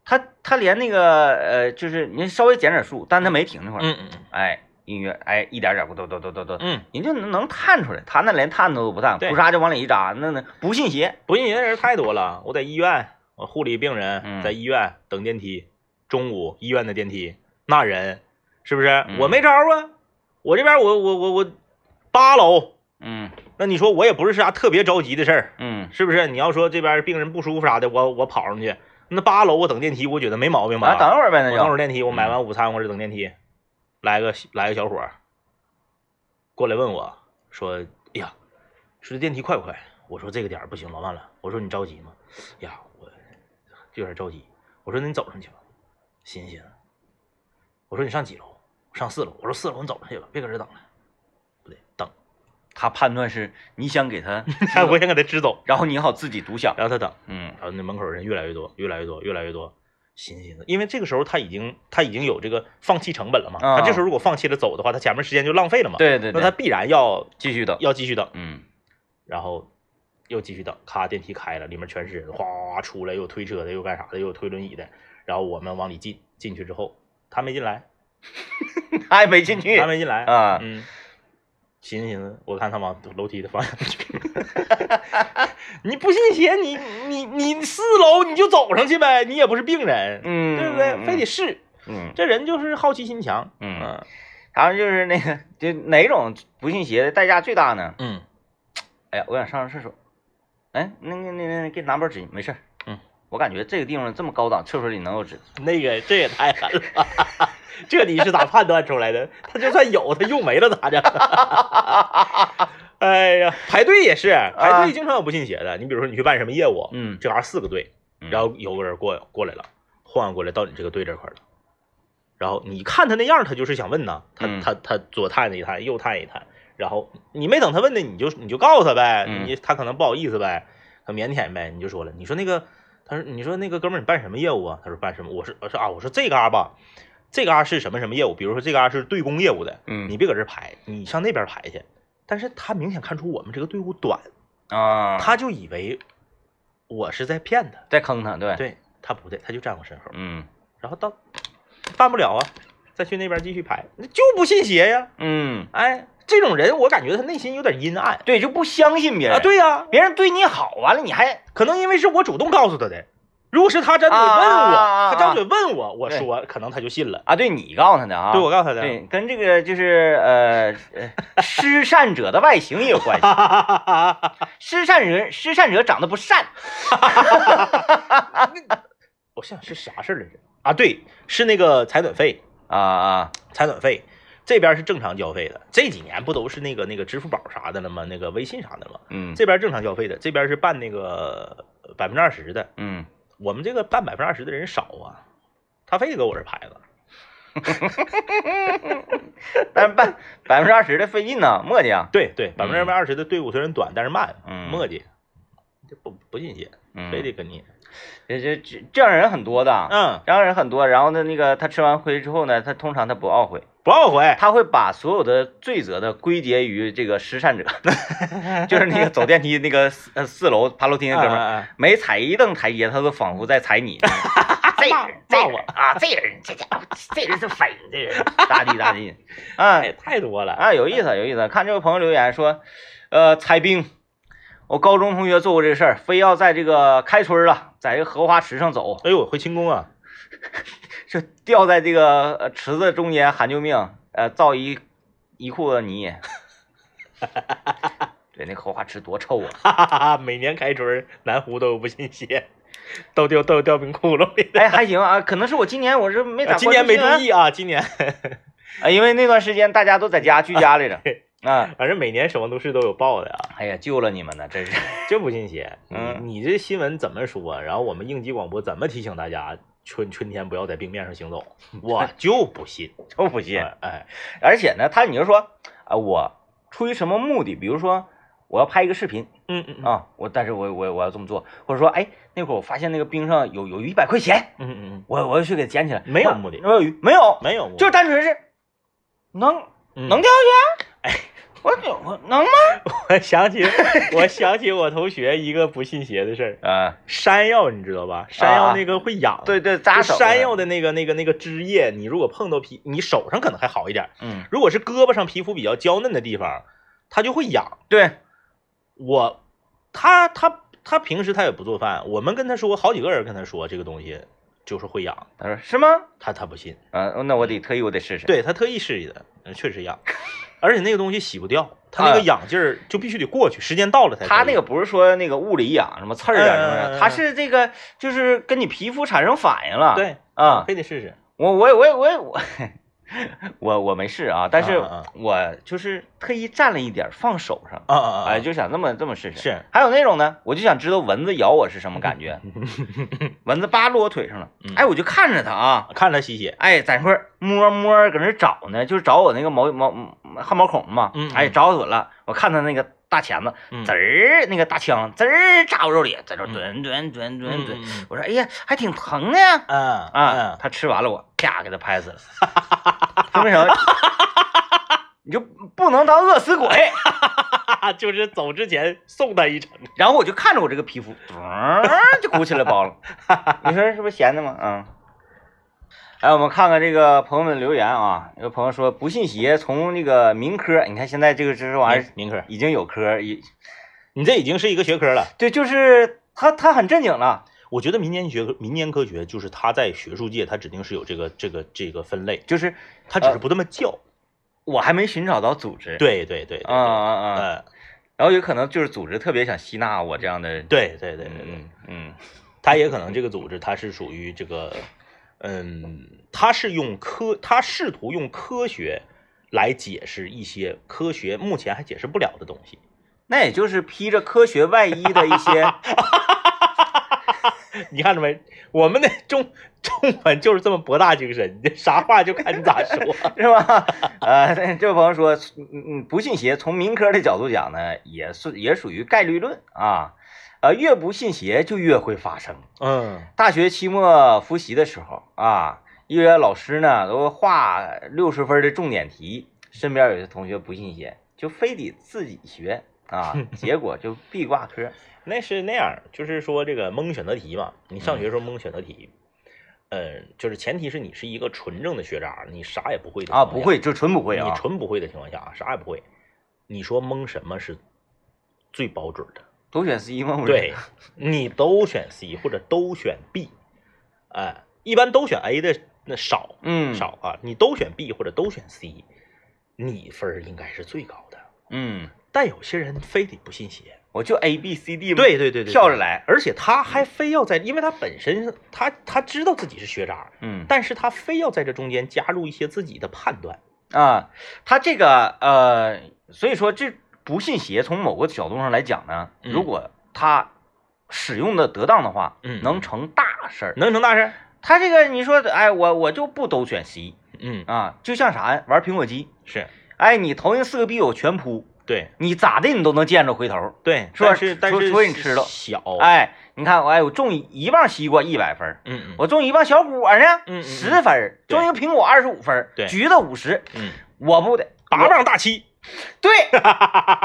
B: 它，它连那个呃，就是你稍微减点速，但它没停那会儿，
A: 嗯嗯
B: 哎，音乐，哎，一点点咕嘟嘟嘟嘟嘟，
A: 嗯，
B: 你就能能探出来。他那连探都不探，
A: 对
B: 裤衩就往里一扎，那那不信邪。
A: 不信邪的人太多了。我在医院，我护理病人，
B: 嗯
A: 在医院等电梯，中午医院的电梯，那人是不是？
B: 嗯
A: 我没招啊，我这边我我我我八楼，
B: 嗯
A: 那你说我也不是啥特别着急的事儿，
B: 嗯，
A: 是不是？你要说这边病人不舒服啥的，我我跑上去，那八楼我等电梯，我觉得没毛病吧？
B: 啊，等一会儿呗，那
A: 我等会
B: 就
A: 儿电梯，我买完午餐或者等电梯，来个来个小伙儿过来问我说：“哎呀，说这电梯快不快？”我说：“这个点儿不行，老慢了。”我说：“你着急吗？”哎呀，我就有点着急。我说：“那你走上去吧，寻思寻思。”我说：“你上几楼？”我上四楼。我说：“四楼你走上去吧，别搁这等了。”不对， 等，
B: 他判断是你想 给他，
A: 我想给他支走，
B: 然后你好自己独享。
A: 然后他等。
B: 嗯
A: 然后那门口人越来越多，越来越多，越来越多，寻思寻思，因为这个时候他已经他已经有这个放弃成本了嘛，
B: 啊
A: 他这时候如果放弃了走的话，他前面时间就浪费了嘛，，
B: 对对
A: 那
B: 对，
A: 他必然要
B: 继续等。
A: 要继续等，
B: 嗯
A: 然后又继续等，咔电梯开了，里面全是人，哗哗哗出来，又有推车的，又干啥的，又有推轮椅的，然后我们往里进，进去之后他没进来，
B: 他也没进去
A: 嗯他没进来，
B: 啊。
A: 嗯，寻思寻思，我看他往楼梯的方向去。 你不信邪，你你你四楼你就走上去呗，你也不是病人，
B: 嗯，
A: 对不对？非得试，
B: 嗯。
A: 这人就是好奇心强。啊
B: 嗯然后就是那个，就哪种不信邪的代价最大呢？
A: 嗯
B: 哎呀，我想上上厕所。哎，那个那个那个，给你拿包纸，没事儿。
A: 嗯，
B: 我感觉这个地方这么高档，厕所里能有纸。
A: 那个这也太狠了， 这你是咋判断出来的？他就算有，他用没了咋整？ 哎呀，排队也是，排队经常有不信邪的。你比如说，你去办什么业务，
B: 啊嗯，
A: 这玩意儿四个队，
B: 嗯
A: 然后有个人过过来了，晃过来到你这个队这块儿了，然后你看他那样儿，他就是想问呐，他
B: 嗯
A: 他他左探一探，右探一探，然后你没等他问呢，你就你就告诉他呗，
B: 嗯
A: 你他可能不好意思呗，他腼腆呗，你就说了，你说那个，他说你说那个哥们儿你办什么业务啊？他说办什么？我说我说啊，我说这嘎吧，这嘎是什么什么业务？比如说这嘎是对公业务的，
B: 嗯
A: 你别搁这排，你上那边排去。但是他明显看出我们这个队伍短，
B: 啊，
A: 他就以为我是在骗他。
B: 在坑他，对，
A: 对哎他不对，他就站我身后，
B: 嗯
A: 然后到办不了啊，再去那边继续排，那就不信邪呀。
B: 嗯，
A: 哎，这种人我感觉他内心有点阴暗
B: 对，就不相信别人。
A: 啊。，对呀、
B: 别人对你好，完了你还
A: 可能因为是我主动告诉他的，如果是他张嘴问我，
B: 啊啊啊啊啊
A: 他张嘴问我，我
B: 对
A: 说可能他就信了。
B: 啊，对你告诉他的啊，
A: 对，我告诉他的。
B: 对，跟这个就是呃呃， 施善者的外形也有关系。
A: 哈哈哈哈哈哈！
B: 施善人，施善者长得不善，
A: 我想是啥事儿来着？啊，对，是那个采暖费，
B: 啊啊，
A: 采暖费这边是正常交费的。这几年不都是那个那个支付宝啥的了吗？那个微信啥的了吗？
B: 嗯
A: 这边正常交费的，这边是办那个呃百分之二十的。
B: 嗯，
A: 我们这个办百分之二十的人少啊，他非得搁我这儿排了。
B: 但是办百分之二十的费劲呢，磨叽啊。
A: 对对，百分之
B: 嗯
A: 二十的队伍虽然短，但是慢，
B: 嗯
A: 磨叽，这不不信邪。
B: 嗯
A: 非得跟你，
B: 这这这这样人很多的，
A: 嗯，
B: 这样人很多。然后呢，那个他吃完亏之后呢，他通常他不懊悔，
A: 不懊悔，
B: 他会把所有的罪责呢归结于这个失善者， 就是那个走电梯那个四呃四楼爬楼梯那哥们儿，
A: 啊
B: 每踩一蹬台阶，他都仿佛在踩你。这
A: 骂
B: 人
A: 骂
B: 这
A: 我
B: 人啊，这人这家伙，这人是粉，这人大地大地，啊
A: 哎，太多了，
B: 啊，有意思有意思。看这位朋友留言说，呃，裁冰，我高中同学做过这事儿，非要在这个开春儿啊，在这个荷花池上走，
A: 哎呦，回清宫啊，
B: 这掉在这个呃池子中间喊救命，呃，造一一裤子泥。 对，那荷花池多臭啊！
A: 哈哈哈哈，每年开春儿南湖都有不信邪，都掉都掉冰窟窿里了。
B: 哎，还行啊，可能是我今年我是哎没咋、
A: 啊今年没注意啊，今年
B: 啊，因为那段时间大家都在家居家来着
A: 哎
B: 啊。
A: 反正每年守望都市都有报的啊，
B: 哎呀，救了你们了，真是。
A: 就不信邪。
B: 嗯
A: 你你这新闻怎么说？啊然后我们应急广播怎么提醒大家春春天不要在冰面上行走？我
B: 哎
A: 就不信。
B: 都不信。
A: 哎哎，
B: 而且呢，他你就说啊、我出于什么目的？比如说我要拍一个视频
A: 嗯嗯
B: 啊，我但是我我我要这么做，或者说哎那会儿我发现那个冰上有有一百块钱，
A: 嗯嗯嗯，
B: 我我要去给捡起来，
A: 没有目的
B: 没有没有，
A: 没有，
B: 就是单纯是能
A: 嗯
B: 能掉下去，哎，我我能吗？
A: 我想起我想起我同学一个不信邪的事儿，
B: 啊，
A: 山药你知道吧？山药那个会痒，
B: 对对，
A: 就
B: 扎手
A: 山药，的那个那个那个汁液，你如果碰到皮，你手上可能还好一点，
B: 嗯，
A: 如果是胳膊上皮肤比较娇嫩的地方，它就会痒。
B: 对，
A: 我，他他他平时他也不做饭，我们跟他说，好几个人跟他说这个东西就是会痒，
B: 他说是吗？
A: 他他不信，
B: 啊，那我得
A: 嗯
B: 特意我得试试。
A: 对他特意试一的，嗯确实痒，而且那个东西洗不掉，他那个
B: 啊
A: 痒劲儿就必须得过去，时间到了才可以。
B: 它那个不是说那个物理痒什么刺儿啊什
A: 嗯
B: 么
A: 嗯嗯嗯
B: 的，它是这个就是跟你皮肤产生反应了。
A: 对，
B: 啊，
A: 非得试试。
B: 我我我我我 我我没试啊，但是
A: 嗯嗯
B: 我就是特意蘸了一点儿放手上，
A: 啊啊
B: 哎，就想这么这么试试。
A: 是，
B: 还有那种呢，我就想知道蚊子咬我是什么 感觉，蚊子扒落我腿上了
A: 嗯，
B: 哎，我就看着它啊，
A: 看他吸血，
B: 哎，在那块儿摸摸搁那儿找呢，就是找我那个毛毛汗毛孔嘛
A: 嗯嗯，
B: 哎，找准了，我看它那个大钳子
A: 嗯
B: 滋儿那个大枪滋儿扎我肉里，在这儿
A: 嗯
B: 蹲蹲蹲蹲蹲，
A: 嗯
B: 我说哎呀，还挺疼的呀。
A: 嗯
B: 啊，
A: 嗯，
B: 他吃完了我，啪给他拍死了。听没成？ 你就不能当饿死鬼。
A: 嗯 就是走之前送他一程。
B: 然后我就看着我这个皮肤，咚就鼓起来包了。你说是不是闲的吗？嗯。来，我们看看这个朋友们的留言啊。有朋友说不信邪，从那个民科，你看现在这个这玩意儿
A: 明科，
B: 已经有科，已
A: 你这已经是一个学科了。
B: 对，就是他他很正经了，
A: 我觉得民间学民间科学就是它在学术界，它指定是有这个这个这个分类，
B: 就是
A: 它只是不这么叫。
B: 我还没寻找到组织。，
A: 对对对，对
B: 啊啊
A: 对
B: 啊！
A: 呃，
B: 然后有可能就是组织特别想吸纳我这样的人。
A: 对对对对
B: 嗯
A: 对，
B: 嗯嗯。
A: 它也可能这个组织它是属于这个，嗯，它是用科，它试图用科学来解释一些科学目前还解释不了的东西。
B: 那也就是披着科学外衣的一些，
A: 你看着没？我们的中中文就是这么博大精深，你啥话就看你咋说。
B: 是吧？呃，这位朋友说，嗯嗯，不信邪，从民科的角度讲呢，也是也属于概率论啊。呃，越不信邪就越会发生。
A: 嗯
B: 大学期末复习的时候啊，一些老师呢都画六十分的重点题，身边有些同学不信邪，就非得自己学 啊，结果就必挂科。
A: 那是那样儿，就是说这个蒙选择题嘛，你上学时候蒙选择题，嗯、就是前提是你是一个纯正的学渣，你啥也不会的
B: 啊，
A: 情况
B: 不
A: 下
B: 会，就纯不会
A: 你
B: 啊。
A: 纯不会的情况下啊，啥也不会，你说蒙什么是最保准的？
B: 都选 C 吗？不是
A: 对，你都选 C 或者都选 B，哎、一般都选 A 的那少
B: 嗯，，
A: 少啊，你都选 B 或者都选 C，你分儿应该是最高的。
B: 嗯，
A: 但有些人非得不信邪，
B: 我就 A B C D 嘛
A: 对对对对，
B: 跳
A: 来。
B: 着来，
A: 而且他还非要在，因为他本身他他知道自己是学渣，
B: 嗯。
A: 但是他非要在这中间加入一些自己的判断。
B: 啊，他这个呃，所以说这不信邪，从某个角度上来讲呢，
A: 嗯
B: 如果他使用的得当的话，
A: 嗯
B: 能成大事儿。
A: 能成大事？
B: 他这个你说，哎，我我就不都选 C
A: 嗯，
B: 啊，就像啥呀，玩苹果肌，
A: 是
B: 哎，你投进四个币我全扑，
A: 对
B: 你咋的你都能见着回头，
A: 对，
B: 是吧
A: 但是但
B: 除
A: 是
B: 除非你吃了
A: 小，
B: 哎，你看，我哎，我种一磅西瓜一百分儿，
A: 嗯嗯，
B: 我种一磅小果呢，
A: 嗯嗯嗯
B: 十分儿，
A: 对
B: 种一个苹果二十五分儿，
A: 对
B: 橘子五十，
A: 嗯，
B: 我不得
A: 八磅大七，
B: 对，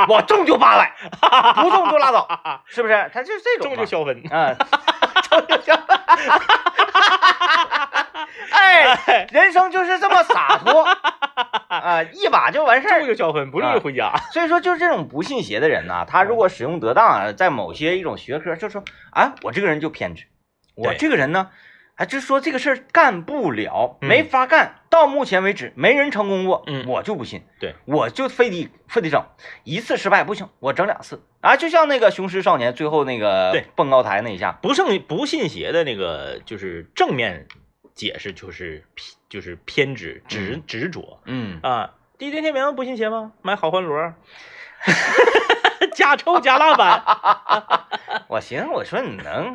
B: 我中就 八百，不中就拉倒，是不是？他就是这种
A: 中
B: 嘛，
A: 就消分。
B: 嗯，中就消， 哎，人生就是这么洒脱啊，一把就完事
A: 中
B: 儿。
A: 就消分，不中就回家。
B: 所以说，就是这种不信邪的人呐、他如果使用得当啊，在某些一种学科，就说啊，我这个人就偏执，我
A: 对
B: 这个人呢，还就说这个事儿干不了，
A: 嗯
B: 没法干，到目前为止没人成功过，
A: 嗯
B: 我就不信，
A: 对，
B: 我就非得非得整，一次失败不行，我整两次啊，就像那个雄狮少年最后那个
A: 对
B: 蹦高台那一下，
A: 不胜不信邪的那个，就是正面解释就是偏就是偏执、执执着
B: 嗯，
A: 啊。地震天明不信邪吗？买好欢螺， 加臭加辣版，
B: 我寻思我说你能，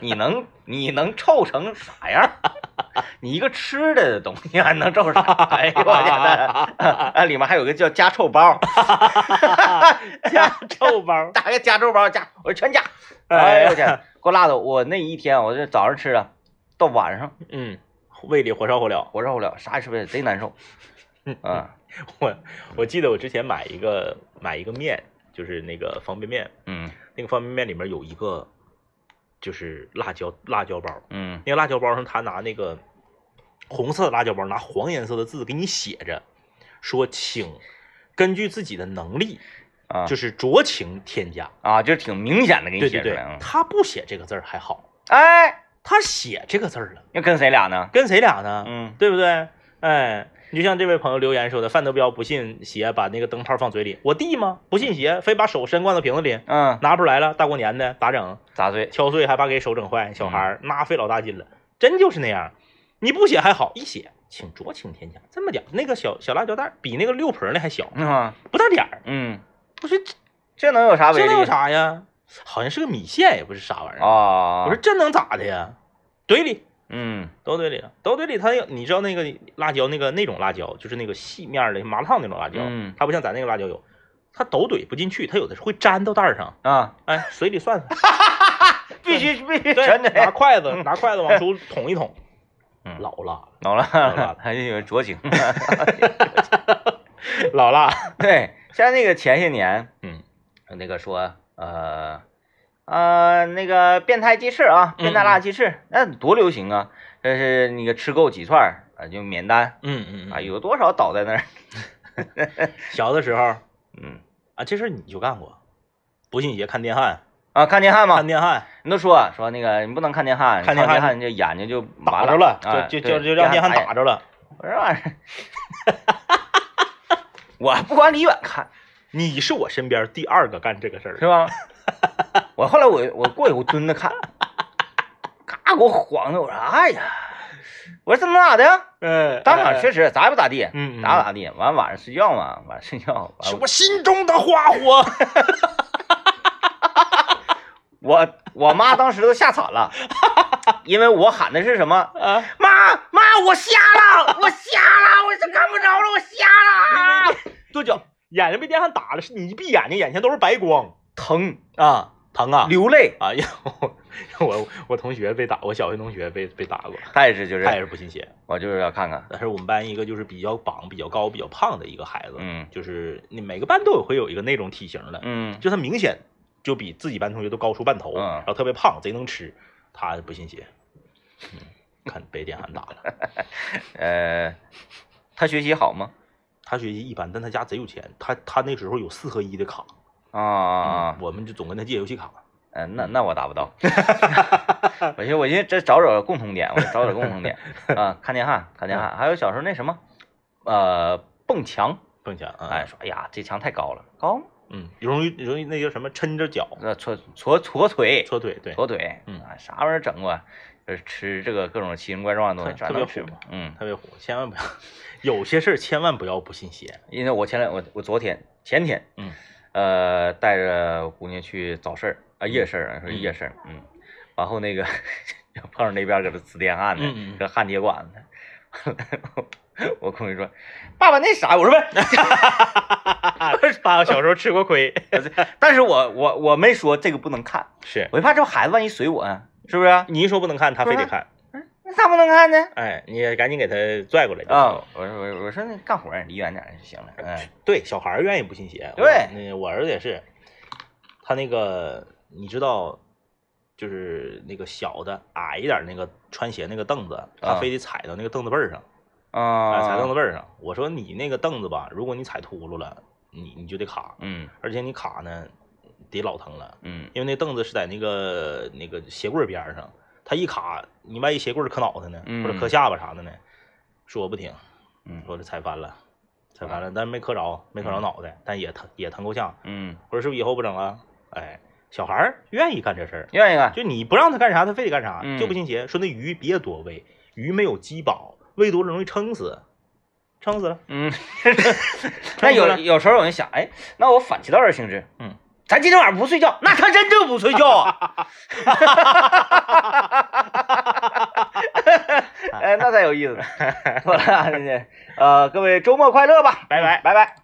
B: 你能你能臭成啥样？ 你一个吃的东西还能臭啥？哎呦我天呐！ 啊，里面还有个叫加臭包，
A: 加臭包。
B: 打个加臭包加，我说全加。
A: 哎
B: 哎
A: 呀
B: 呦我天，给我辣的！我那一天我这早上吃啊，到晚上
A: 嗯，胃里火烧火燎。
B: 我受不了，啥也吃不了，贼难受。
A: 嗯
B: 啊，
A: 我我记得我之前买一个买一个面，就是那个方便面，
B: 嗯
A: 那个方便面里面有一个就是辣椒辣椒包，
B: 嗯
A: 那个辣椒包上他拿那个红色的辣椒包，拿黄颜色的字给你写着，说请根据自己的能力，
B: 啊，
A: 就是是酌情添加。
B: 啊，就是挺明显的给你
A: 对
B: 写
A: 对
B: 出
A: 对
B: 来啊，。
A: 他不写这个字儿还好，
B: 哎，
A: 他写这个字儿了，
B: 要跟谁俩呢？
A: 跟谁俩呢？
B: 嗯，
A: 对不对？哎，你就像这位朋友留言说的，范德彪不信邪，把那个灯泡放嘴里。我弟吗？不信邪，非把手伸罐子瓶子里，
B: 嗯，
A: 拿不出来了，大过年的咋整？
B: 咋嘴？
A: 敲碎还怕给手整坏，小孩儿那费老大劲了，真就是那样。你不写还好，一写请酌情添加，这么点儿那个小小辣椒袋儿比那个六盆儿那还小，
B: 嗯啊
A: 不大点儿。
B: 嗯，
A: 不是这
B: 这能有啥威
A: 这
B: 力？
A: 能有啥呀？好像是个米线，也不是啥玩意儿。
B: 啊？
A: 我说，这能咋的呀？怼里
B: 嗯
A: 都怼里了，都怼里。它有你知道那个辣椒那个那种辣椒，就是那个细面儿的麻辣烫那种辣椒，
B: 嗯
A: 它不像咱那个辣椒油，它都怼不进去，它有的是会粘到袋儿上。
B: 啊，
A: 哎，水里涮涮。
B: 必须必须
A: 对，
B: 全
A: 拿
B: 得
A: 筷子拿筷子往出捅一捅，
B: 嗯
A: 老辣
B: 老了，
A: 了
B: 还以为 酌情。
A: 老辣，
B: 对，像那个前些年，
A: 嗯，
B: 那个说呃呃那个变态鸡翅啊，变
A: 嗯
B: 态辣鸡翅，那多流行啊！这是那个吃够几串儿啊，就免单
A: 嗯嗯
B: 啊，
A: 哎呦，
B: 有多少倒在那儿？
A: 小的时候
B: 嗯
A: 啊，这事儿你就干过，不信邪看电焊，
B: 啊，看电焊嘛
A: 看，电焊
B: 人都说啊说那个你不能看电焊，
A: 看
B: 电
A: 电焊
B: 焊你这眼睛就
A: 打
B: 完
A: 着了，
B: 啊
A: 就就
B: 对
A: 就就让电焊
B: 打眼
A: 打着了。
B: 我这玩意儿，我不管离远看
A: 你是我身边第二个干这个事儿
B: 是，吧？ 我后来我我过去我蹲着看，嘎给我晃的，我说哎呀，我说这能咋的呀？
A: 嗯，
B: 当场确
A: 是，
B: 实咋也不咋地，
A: 嗯，
B: 咋也不咋地。完晚上睡觉嘛，晚上睡觉，
A: 是
B: 完
A: 我心中的花火，
B: 我我妈当时都吓惨了，因为我喊的是什么？
A: 啊，
B: 妈妈，我瞎了，我瞎了，我这看不着了，我瞎了，啊
A: 跺脚，眼睛被电焊打了，是你一闭眼睛，眼前都是白光
B: 疼，
A: 啊，疼啊。
B: 流泪。
A: 啊，因为我 我我同学被打，我小学同学被被打过，
B: 他也是，就是
A: 他也是不信邪。
B: 我就是要看看，
A: 但是我们班一个就是比较膀、比较高、比较胖的一个孩子，
B: 嗯
A: 就是你每个班都有会有一个那种体型的，
B: 嗯，
A: 就他明显就比自己班同学都高出半头，
B: 嗯
A: 然后特别胖，贼能吃，他不信邪，嗯，看被电焊打了。
B: 呃，他学习好吗？
A: 他学习一般，但他家贼有钱，他他那时候有四合一的卡，
B: 啊啊啊
A: 嗯，我们就总跟他借游戏卡。
B: 嗯、那那我达 不到。 我寻我寻思这找找共同点，我找找共同 点啊，看电焊，看电
A: 嗯
B: 焊，还有小时候那什么，呃，蹦墙，
A: 蹦墙，嗯
B: 哎，，说哎呀，这墙太高了，高吗，
A: 嗯，容易容易那叫什么，抻着脚
B: 那搓搓搓腿，
A: 搓腿，对，
B: 嗯搓腿，
A: 嗯
B: 啊，啥玩意儿整过？就是吃这个各种奇形怪状的东西，
A: 特
B: 啥
A: 特别
B: 能吃
A: 火
B: 吗？嗯，
A: 特别火，千万不要， 有些事儿千万不要不信邪。
B: 因为我前两我我昨天前天，
A: 嗯，
B: 呃，带着姑娘去早市儿啊夜市儿，说
A: 嗯
B: 夜市儿，嗯，然后那个碰上那边搁这呲电焊呢，
A: 嗯嗯嗯
B: 搁焊铁管呢， 我空姐说：“爸爸那啥，我说不是，啊
A: 爸爸小时候吃过 亏，
B: 但是我我我没说这个不能看，
A: 是
B: 我就怕这孩子万一随我啊，是不是？
A: 你一说不能看，他非得看，
B: 那咋不能看呢？
A: 哎，你也赶紧给他拽过来就行哎
B: 啊、我说我我说那干活儿离远点儿就行了，嗯，
A: 对，小孩儿愿意不信邪。
B: 对
A: 我那我儿子也是，他那个你知道，就是那个小的矮一点儿那个穿鞋那个凳子，他
B: 啊
A: 非得踩到那个凳子背儿上，哎，
B: 啊，
A: 踩凳子背儿上。我说你那个凳子吧，如果你踩秃噜了，你你就得卡，
B: 嗯
A: 而且你卡呢得老疼了，
B: 嗯，
A: 因为那凳子是在那个那个鞋柜儿边儿上，他一卡，你万一鞋柜儿磕脑袋呢，或者磕
B: 嗯
A: 下巴啥的呢，说我不听。
B: 嗯
A: 说这踩翻了，踩翻了，但没磕着，没磕着脑袋，但也疼也疼够呛。
B: 嗯，
A: 我说是不是以后不整啊？哎，小孩儿愿意干这事儿，
B: 愿意啊干，
A: 就你不让他干啥，他非得干啥，
B: 嗯
A: 就不信邪。说那鱼别多喂，鱼没有饥饱，喂多了容易撑死，撑死了。
B: 嗯， 那有有时候我就想，哎，那我反其道而行之，
A: 嗯，
B: 咱今天晚上不睡觉，那他真就不睡觉 啊， 哎，那才有意思呢，妥了，呃，各位周末快乐吧，嗯
A: 拜拜
B: 拜拜。